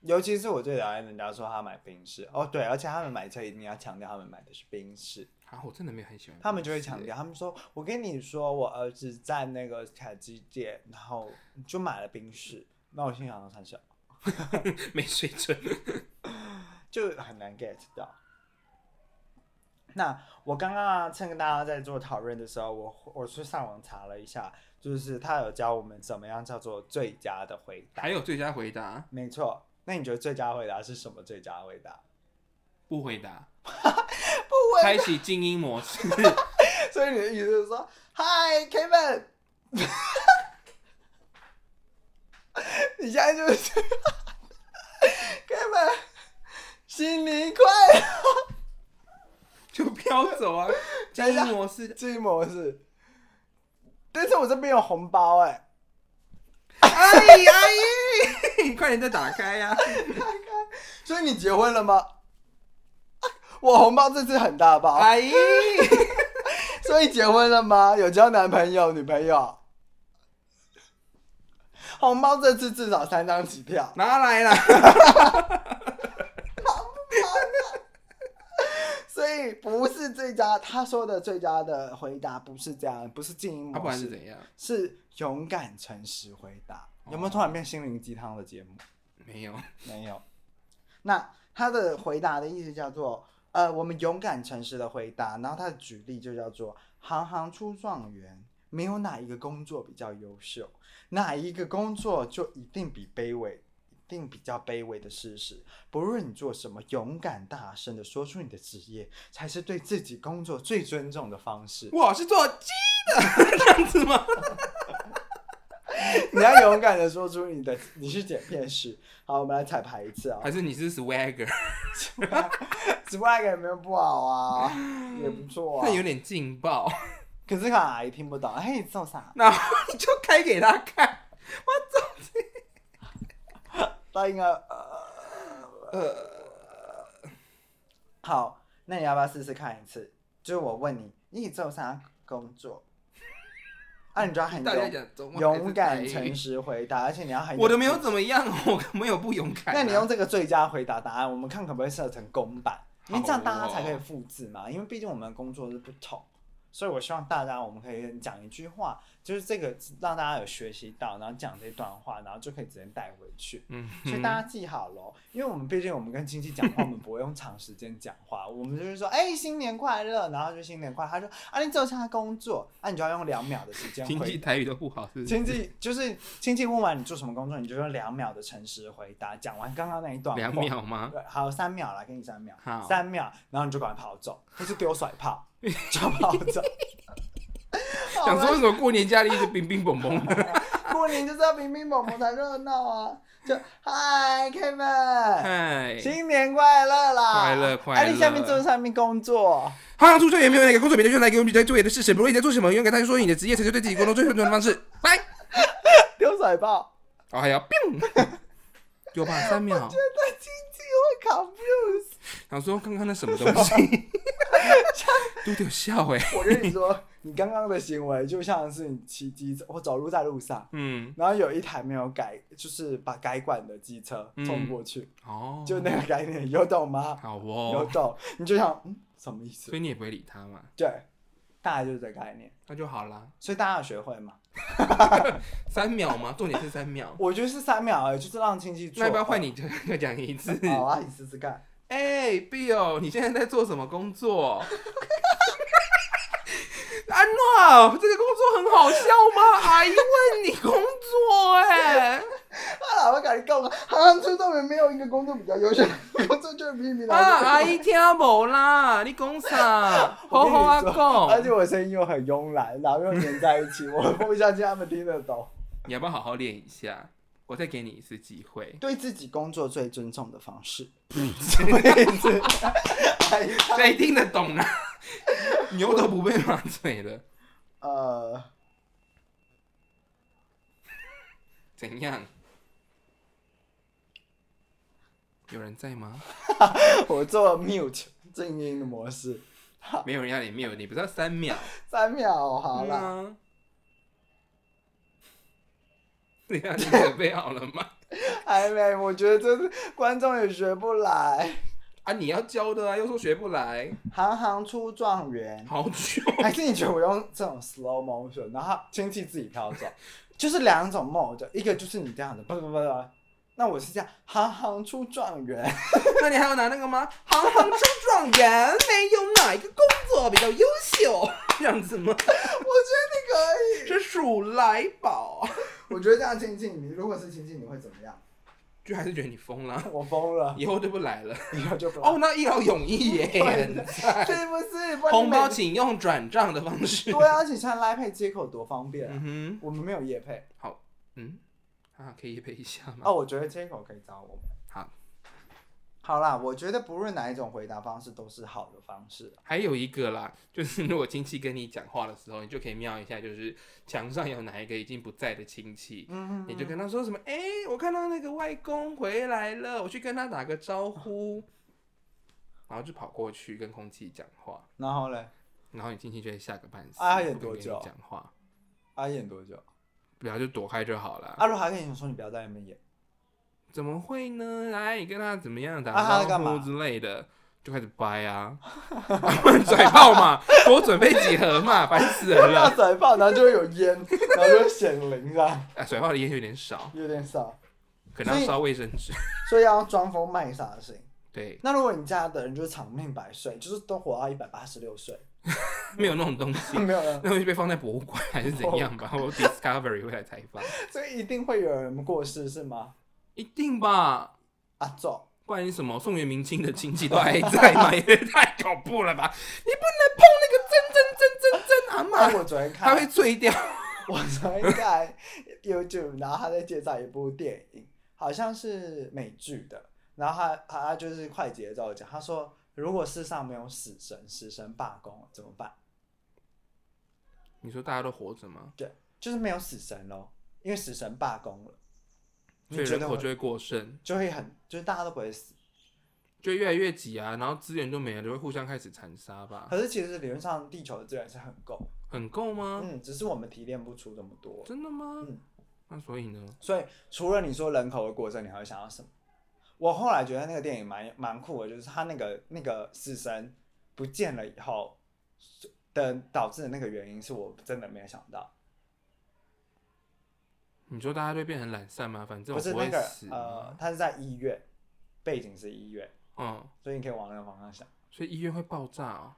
Speaker 2: 尤其是我最讨厌人家说他买宾士哦，对，而且他们买车一定要强调他们买的是宾士，
Speaker 1: 啊，我真的没有很喜欢。
Speaker 2: 他们就会强。调，他们说我跟你说，我儿子在那个凯基店，然后就买了宾士，那我心想他想，
Speaker 1: 没水准。
Speaker 2: 就很难 get 到。那我刚刚啊，趁跟大家在做讨论的时候，我我去上网查了一下，就是他有教我们怎么样叫做最佳的回答。
Speaker 1: 还有最佳回答
Speaker 2: 没错，那你觉得最佳回答是什么？最佳回答？
Speaker 1: 不回答，
Speaker 2: 不回
Speaker 1: 开启静音模式，
Speaker 2: 所以你的意思是说，嗨，Kevin，你现在就是 Kevin，新年快 乐，
Speaker 1: 就飘走 啊！静音模式，
Speaker 2: 这一模式。但是我这边有红包哎、
Speaker 1: 哎阿姨，快点再打开呀、
Speaker 2: 所以你结婚了吗？我红包这次很大包，
Speaker 1: 阿姨，
Speaker 2: 所以结婚了吗？有交男朋友、女朋友？红包这次至少三张起跳，
Speaker 1: 拿来啦！
Speaker 2: 所以不是最佳。他说的最佳的回答不是这样，不是静音
Speaker 1: 啊，不
Speaker 2: 模
Speaker 1: 然
Speaker 2: 式，
Speaker 1: 是怎样？
Speaker 2: 是勇敢诚实回答。有没有
Speaker 1: 哦
Speaker 2: 突然变心灵鸡汤的节目？
Speaker 1: 没有，
Speaker 2: 没有。那他的回答的意思叫做，呃，我们勇敢诚实的回答。然后他的举例就叫做“行行出状元”，没有哪一个工作比较优秀，哪一个工作就一定比卑微，一定比较卑微的事实。不论你做什么，勇敢大声的说出你的职业，才是对自己工作最尊重的方 式。
Speaker 1: 我是做鸡的， 这样子吗？
Speaker 2: 你要勇敢的说出你的你是剪片师。好，我们来彩排一次啊、
Speaker 1: 还是你是 swagger？
Speaker 2: 直播那个也没有不好啊，也不错啊。
Speaker 1: 那有点劲 爆，
Speaker 2: 可是可能阿姨听不懂，嘿，你做啥？
Speaker 1: 然后你就开给他看。
Speaker 2: 他应该呃呃，好，那你要不要试试看一次？就是我问你，你做啥工作？啊，你就要很
Speaker 1: 大家
Speaker 2: 勇
Speaker 1: 讲中文还是
Speaker 2: 勇敢、
Speaker 1: 台语
Speaker 2: 诚实回答，而且你要很
Speaker 1: 我的没有怎么样，我没有不勇敢啊、
Speaker 2: 那你用这个最佳回答答案，我们看可不可以设成公版，因为这样大家才可以复制
Speaker 1: 哦
Speaker 2: 嘛。因为毕竟我们的工作是不同，所以我希望大家我们可以讲一句话，就是这个让大家有学习到，然后讲这段话，然后就可以直接带回去。
Speaker 1: 嗯
Speaker 2: 所以大家记好喽，因为我们毕竟我们跟亲戚讲话，我们不会用长时间讲话，我们就是说，哎、新年快乐，然后就新年快乐。他说，啊，你做一下工作，啊，你就要用两秒的时间 回
Speaker 1: 经
Speaker 2: 答
Speaker 1: 济台语都不好，是不是？
Speaker 2: 亲戚就是亲戚问完你做什么工作，你就用两秒的诚实回答，讲完刚刚那一段话
Speaker 1: 两，秒吗？
Speaker 2: 对，好，三秒来给你三秒
Speaker 1: 好，
Speaker 2: 三秒，然后你就赶快跑走，或是丢甩炮，就跑 走。
Speaker 1: 想说为什么过年家里一直冰冰蹦蹦的？
Speaker 2: 过年就是要乒乒乓乓才热闹 啊！就嗨，Kevin，
Speaker 1: 哎，
Speaker 2: 新年快乐啦！
Speaker 1: 快乐快乐
Speaker 2: 哎，你下面做上面工作，
Speaker 1: 好像出生也没有哪个工作比得上来给我们在做业的事情。不论你在做什么，勇敢大声说你的职业，才是对自己工作最尊重的方式。拜。
Speaker 2: 丢甩炮。
Speaker 1: 哦，还要 biu，有吧？三秒。
Speaker 2: 对，亲戚会 confuse。
Speaker 1: 想说刚刚那什么东西，都得笑哎、
Speaker 2: 我跟你说，你刚刚的行为就像是你骑机车或走路在路上。
Speaker 1: 嗯，
Speaker 2: 然后有一台没有改，就是把改管的机车冲过去，
Speaker 1: 嗯哦，
Speaker 2: 就那个概念，有懂吗？
Speaker 1: 好
Speaker 2: 有
Speaker 1: 哦，
Speaker 2: 懂，你就想，嗯，什么意思
Speaker 1: 所？以你也不会理他嘛，
Speaker 2: 对，大概就是这个概念，
Speaker 1: 那就好啦。
Speaker 2: 所以大家要学会嘛。
Speaker 1: 三秒吗？重点是三秒。
Speaker 2: 我觉得是三秒而已，就是让亲戚做。
Speaker 1: 那要不要换？你再再讲一次？
Speaker 2: 好啊，你试试看。
Speaker 1: 哎、b i l l 你现在在做什么工作？ 安娜，这个工作很好笑吗？阿姨问你工作、哎，
Speaker 2: 啊，我感觉够了，好像出动员没有一个工作比较优秀，工作就是比你
Speaker 1: 啊，阿姨听无啦，你讲啥？好好啊
Speaker 2: 而
Speaker 1: 讲，
Speaker 2: 且我声音又很慵懒，然后又黏在一起，我不相信他们听得懂。
Speaker 1: 你要不要好好练一下？我再给你一次机会。
Speaker 2: 对自己工作最尊重的方式，
Speaker 1: 嗯
Speaker 2: 什么意思？哎呀
Speaker 1: 谁听得懂啊？ 牛都不被马嘴了，
Speaker 2: 呃，
Speaker 1: 怎样？有人在吗？
Speaker 2: 我做 mute 静音的模式，
Speaker 1: 没有人要你 mute，你不是要三秒？
Speaker 2: 三秒好
Speaker 1: 嗯
Speaker 2: 了。
Speaker 1: 啊。对呀， 你准备好了吗？
Speaker 2: 还没，哎我觉得这是观众也学不来，
Speaker 1: 啊，你要教的啊，又说学不来，
Speaker 2: 行行出状 元。
Speaker 1: 好久。
Speaker 2: 还是你觉得我用这种 slow motion，然后亲戚自己飘走，就是两种 mode，一个就是你这样的，不不不不，那我是这样，行行出状 元。
Speaker 1: 那你还要拿那个吗？行行出状元，没有哪一个工作比较优秀， 这样子吗？
Speaker 2: 我觉得你可以，
Speaker 1: 是数来宝。
Speaker 2: 我觉得这样亲戚，你如果是亲戚，你会怎么样？
Speaker 1: 就还是觉得你疯了，
Speaker 2: 我疯了，
Speaker 1: 以后就不来了。
Speaker 2: 以后就不来
Speaker 1: 哦，那一劳永逸 耶，很赞
Speaker 2: 是不是？不然你
Speaker 1: 红包
Speaker 2: 每
Speaker 1: 请用转账的方式。
Speaker 2: 对啊，而且像拉配接口多方便啊！
Speaker 1: 嗯哼，
Speaker 2: 我们没有夜配
Speaker 1: 好，嗯，啊，可以配一下吗？
Speaker 2: 哦，我觉得接口可以找我们。
Speaker 1: 好，
Speaker 2: 好啦，我觉得不论哪一种回答方式都是好的方式。
Speaker 1: 还有一个啦， 就是如果亲戚跟你讲话的时候，你就可以瞄一下，就是墙上有哪一个已经不在的亲戚，
Speaker 2: 嗯，
Speaker 1: 你就跟他说什么？哎、我看到那个外公回来了，我去跟他打个招 呼，然后就跑过去跟空气讲话，
Speaker 2: 然后嘞，
Speaker 1: 然后你亲戚就会吓个半死，
Speaker 2: 啊演
Speaker 1: 不敢
Speaker 2: 多
Speaker 1: 跟你
Speaker 2: 久
Speaker 1: 讲话，
Speaker 2: 啊演多久？
Speaker 1: 不要就躲开就好了。
Speaker 2: 阿鲁还跟你说你不要在那边演，
Speaker 1: 怎么会呢？来，你跟他怎么样
Speaker 2: 啊他
Speaker 1: 打
Speaker 2: 在
Speaker 1: 招
Speaker 2: 干嘛
Speaker 1: 呼之类的，就开始掰啊， 拽炮嘛，多准备几盒嘛，烦死人
Speaker 2: 大
Speaker 1: 了。
Speaker 2: 啊嘴炮，然后就会有烟， 然后就会显灵啊，
Speaker 1: 啊，甩炮的烟有点少，
Speaker 2: 有点少，
Speaker 1: 可能要烧卫生纸。
Speaker 2: 所以要装疯卖傻型。
Speaker 1: 对，
Speaker 2: 那如果你家的人就是长命百岁，就是都活到一百八十 六岁，
Speaker 1: 没有那种东西，
Speaker 2: 没有人，
Speaker 1: 那会被放在博物馆还是怎样吧？
Speaker 2: 哦
Speaker 1: 我 Discovery 会来采访，
Speaker 2: 所以一定会有人过世是吗？
Speaker 1: 一定吧？
Speaker 2: 阿 宙，
Speaker 1: 不然什么宋元明清的亲戚都还在吗？ 也太恐怖了吧！你不能碰那个真真真真真阿
Speaker 2: 哎，
Speaker 1: 妈，
Speaker 2: 我昨天
Speaker 1: 她
Speaker 2: 看，
Speaker 1: 会醉掉。
Speaker 2: 我昨天看 YouTube，然后他在介绍一部电影，好像是美剧的，然后他他就是快节奏讲，他说如果世上没有死神，死神罢工了怎么办？
Speaker 1: 你说大家都活着吗？
Speaker 2: 对，就是没有死神咯，因为死神罢工了，你
Speaker 1: 所以
Speaker 2: 觉
Speaker 1: 人
Speaker 2: 得
Speaker 1: 口
Speaker 2: 我
Speaker 1: 就会过剩。
Speaker 2: 就会很，就是大家都不会死。
Speaker 1: 就越来越挤啊，然后资源就没了，就会互相开始残杀吧。
Speaker 2: 可是其实理论上地球的资源是很够，
Speaker 1: 很够吗？
Speaker 2: 嗯，只是我们提炼不出这么多。
Speaker 1: 真的吗？
Speaker 2: 嗯
Speaker 1: 那所以呢？
Speaker 2: 所以除了你说人口的过剩，你还会想到什么？我后来觉得那个电影蛮蛮酷的，就是他那个那个死神不见了以后的导致的那个原因，是我真的没有想到，
Speaker 1: 你说大家就变成懒散吗？反正
Speaker 2: 不
Speaker 1: 我
Speaker 2: 是那
Speaker 1: 会
Speaker 2: 个
Speaker 1: 死嗯
Speaker 2: 呃
Speaker 1: 嘛。，
Speaker 2: 他是在医院，背景是医院，
Speaker 1: 嗯，
Speaker 2: 所以你可以往那个方向想，
Speaker 1: 所以医院会爆炸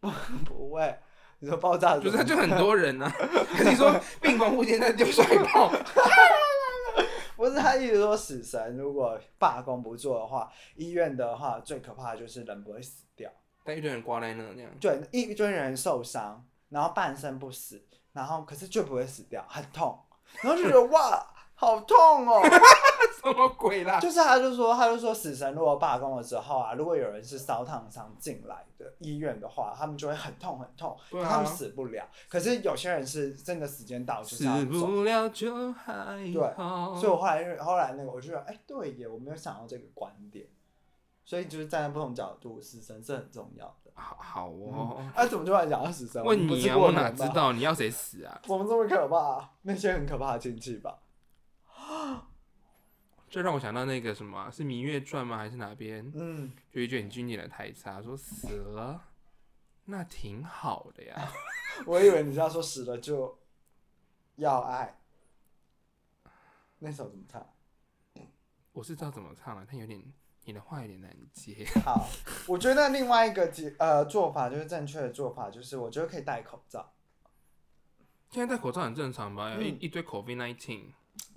Speaker 1: 哦，
Speaker 2: 不会，你说爆炸的时
Speaker 1: 就
Speaker 2: 候
Speaker 1: 是就很多人啊。 可是你说病房护现在丢甩 炮，
Speaker 2: 不是他一直说死神如果罢工不做的话，医院的话最可怕的就是人不会死掉。
Speaker 1: 但一堆人挂在那那样，
Speaker 2: 对，一堆人受伤，然后半身不死，然后可是就不会死掉，很痛，然后就觉得哇，好痛 哦。
Speaker 1: 什么鬼啦？
Speaker 2: 就是他就说，他就说死神如果罢工了之后啊，如果有人是烧烫伤进来的医院的话，他们就会很痛很痛，
Speaker 1: 对啊
Speaker 2: 他们死不了。可是有些人是真的时间到就是
Speaker 1: 死
Speaker 2: 要走。
Speaker 1: 不了就还好。
Speaker 2: 所以我后来就后来那个我就觉得，哎、对耶，我没有想到这个观点。所以就是站在不同角度，死神是很重要的。
Speaker 1: 好好哦。
Speaker 2: 啊，怎么突然讲到死神？
Speaker 1: 问
Speaker 2: 们不
Speaker 1: 你
Speaker 2: 是
Speaker 1: 啊，
Speaker 2: 过
Speaker 1: 我哪
Speaker 2: 年
Speaker 1: 知
Speaker 2: 吗
Speaker 1: 道你要谁死啊？
Speaker 2: 我们这么可怕，那些很可怕的亲戚吧？
Speaker 1: 这让我想到那个什么啊，是《芈月传》吗？还是哪边？
Speaker 2: 嗯，
Speaker 1: 就一句很经典的台词啊，说死了，那挺好的 呀。
Speaker 2: 我以为你是要说死了就要爱，那首怎么唱？
Speaker 1: 我是知道怎么唱了，但有点你的话有点难接。
Speaker 2: 好，我觉得另外一个解呃做法就是正确的做法，就是我觉得可以戴口罩。
Speaker 1: 现在戴口罩很正常吧？有一、
Speaker 2: 嗯
Speaker 1: 一堆 COVID nineteen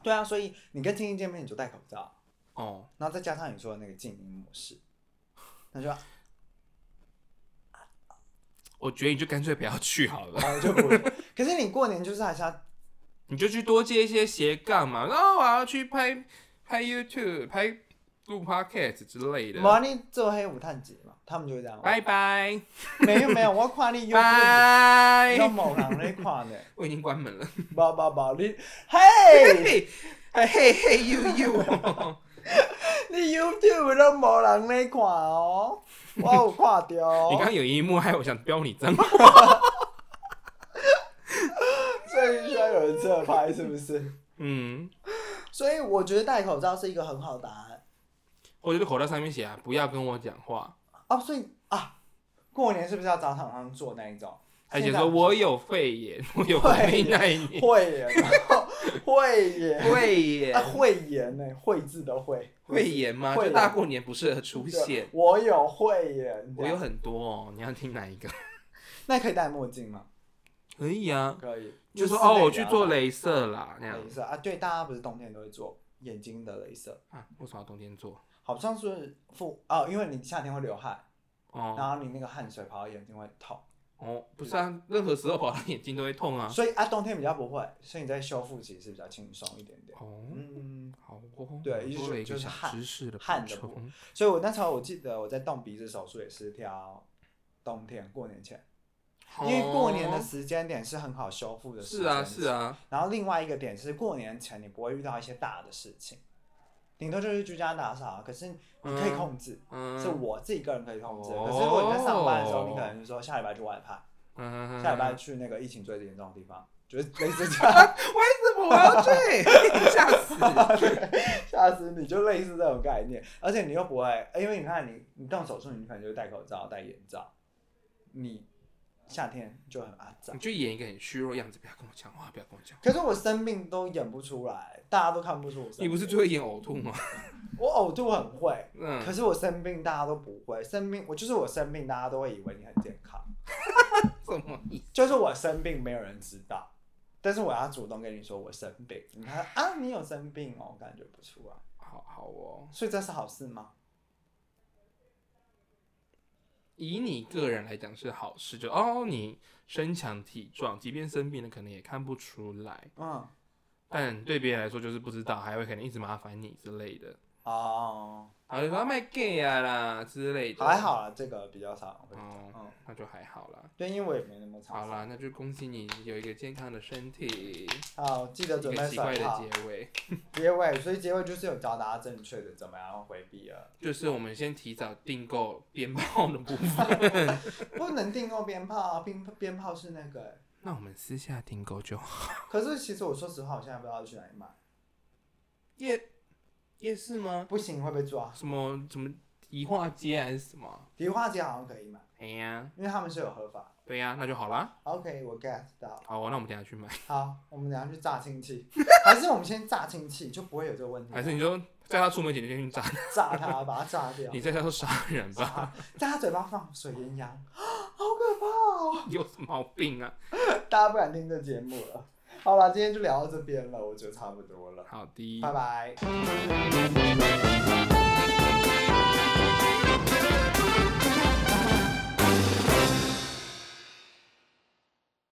Speaker 2: 对啊，所以你跟亲戚见面你就戴口罩，
Speaker 1: 哦，
Speaker 2: 然后再加上你说的那个静音模式，那就然
Speaker 1: 我觉得你就干脆不要去好了，
Speaker 2: 后就不 会。可是你过年就是还是要
Speaker 1: 你就去多接一些斜杠嘛。然后我要去拍拍 YouTube、拍录 Podcast 之类的。
Speaker 2: 毛利做黑五探节嘛，他们就会这样。
Speaker 1: 拜拜
Speaker 2: 没有没有，我要跨你 YouTube，你
Speaker 1: 拜，
Speaker 2: 某人在跨呢。
Speaker 1: 我已经关门了。
Speaker 2: 宝宝宝，你嘿，
Speaker 1: 嘿，嘿嘿嘿呦 呦，
Speaker 2: 你 YouTube 都无人咧看哦，我有看到、
Speaker 1: 你刚
Speaker 2: 哦，
Speaker 1: 刚有一幕害我想飙你脏话。
Speaker 2: 所以需要有人侧拍是不是？
Speaker 1: 嗯。
Speaker 2: 所以我觉得戴口罩是一个很好的答案
Speaker 1: 我就在口罩上面写啊，不要跟我讲话，
Speaker 2: 哦。所以啊，过年是不是要找厂商做那一种？
Speaker 1: 还写
Speaker 2: 现在
Speaker 1: 说我有肺炎，我有肺炎，
Speaker 2: 会 员，会员，
Speaker 1: 肺
Speaker 2: 啊，
Speaker 1: 炎，
Speaker 2: 会员呢、会字的会，
Speaker 1: 肺炎吗？
Speaker 2: 会
Speaker 1: 就
Speaker 2: 炎
Speaker 1: 大过年不适合出现
Speaker 2: 对。我有会员，
Speaker 1: 我有很多哦，你要听哪一个？
Speaker 2: 那可以戴墨镜吗？
Speaker 1: 可以啊，
Speaker 2: 可以，
Speaker 1: 就说
Speaker 2: 室内
Speaker 1: 哦，我
Speaker 2: 的
Speaker 1: 去
Speaker 2: 啊
Speaker 1: 做镭射啦，那样
Speaker 2: 没事啊，对，大家不是冬天都会做眼睛的镭射，
Speaker 1: 啊，为什么要冬天做？
Speaker 2: 好像是敷哦，因为你夏天会流汗，
Speaker 1: 哦
Speaker 2: 然后你那个汗水跑到眼睛会痛，
Speaker 1: 哦，不是啊， 任何时候跑到眼睛都会痛啊。
Speaker 2: 所以啊冬天比较不会，所以你在修复期是比较轻松一点点。
Speaker 1: 哦，
Speaker 2: 嗯，
Speaker 1: 好哦，
Speaker 2: 对
Speaker 1: 多了一
Speaker 2: 就
Speaker 1: 个
Speaker 2: 是
Speaker 1: 小
Speaker 2: 汗
Speaker 1: 知识的补
Speaker 2: 汗的部
Speaker 1: 充。
Speaker 2: 所以我那时候我记得我在动鼻子手术也是挑冬天过年前，因为过年的
Speaker 1: 哦
Speaker 2: 时间点是很好修复的
Speaker 1: 是
Speaker 2: 时间
Speaker 1: 啊是。啊，
Speaker 2: 然后另外一个点是过年前你不会遇到一些大的事情，顶多就是居家打扫，啊可是你可以
Speaker 1: 嗯
Speaker 2: 控制，
Speaker 1: 嗯，
Speaker 2: 是我自己个人可以控制的。
Speaker 1: 哦
Speaker 2: 可是如果你在上班的时候，你可能就说下礼拜去外派，
Speaker 1: 嗯，
Speaker 2: 下礼拜去那个疫情最严重的地方，就是类似 这样，
Speaker 1: 为什么我要去？ 吓死！
Speaker 2: 吓死你，就类似这种概念。而且你又不会，因为你看你你动手术，你可能就戴口罩、戴眼罩，你夏天就很阿脏
Speaker 1: 你。就演一个很虚弱的样子，不要跟我讲话，不要跟我讲话。
Speaker 2: 可是我生病都演不出来，大家都看不出我生 病。
Speaker 1: 你不是最会演呕吐吗？
Speaker 2: 我呕吐很会，
Speaker 1: 嗯，
Speaker 2: 可是我生病大家都不会，生病我就是我生病，大家都会以为你很健康，
Speaker 1: 什么意思？
Speaker 2: 就是我生病没有人知道，但是我要主动跟你说我生病，你看啊你有生病哦，感觉不出来，
Speaker 1: 好好哦，
Speaker 2: 所以这是好事吗？
Speaker 1: 以你个人来讲是好事，就哦，你身强体壮，即便生病了，可能也看不出来。
Speaker 2: 嗯，
Speaker 1: 但对别人来说就是不知道，还会可能一直麻烦你之类的，
Speaker 2: 哦，
Speaker 1: 然后就说卖 gay 啊啦之类的，
Speaker 2: 还好啦，这个比较少会
Speaker 1: 哦，
Speaker 2: 嗯，
Speaker 1: 那就还好啦。
Speaker 2: 对，因为我也没那么
Speaker 1: 好
Speaker 2: 长。
Speaker 1: 啦，那就恭喜你有一个健康的身体，
Speaker 2: 好，啊记得
Speaker 1: 一
Speaker 2: 准
Speaker 1: 个
Speaker 2: 备
Speaker 1: 奇怪
Speaker 2: 手套。
Speaker 1: 的结尾，
Speaker 2: 结尾，所以结尾就是有教大家正确的怎么样回 避了，
Speaker 1: 就是我们先提早订购鞭炮的部分，
Speaker 2: 不能订购鞭炮啊，鞭鞭炮是那个欸、
Speaker 1: 那我们私下订购就好。
Speaker 2: 可是其实我说实话，我现在不知道去哪里买，
Speaker 1: 夜夜市吗？
Speaker 2: 不行会被抓。
Speaker 1: 什么什么宜化街还是什么？
Speaker 2: 迪化街好像可以买，
Speaker 1: 哎呀，
Speaker 2: 因为他们是有合法。
Speaker 1: 对呀，那就好啦。
Speaker 2: OK，我 get 到了。
Speaker 1: 好哦，那我们等一下去买。
Speaker 2: 好，我们等一下去炸亲戚， 还是我们先炸亲戚，就不会有这个问题。
Speaker 1: 还是你说在他出门前就先去炸，
Speaker 2: 炸他，把他炸 掉，
Speaker 1: 你在家都杀人吧？
Speaker 2: 炸在他嘴巴放水烟枪， 好可怕哦！
Speaker 1: 有什么毛病啊？
Speaker 2: 大家不敢听这节目了。好了，今天就聊到这边了，我觉得差不多了，
Speaker 1: 好的，
Speaker 2: 拜拜。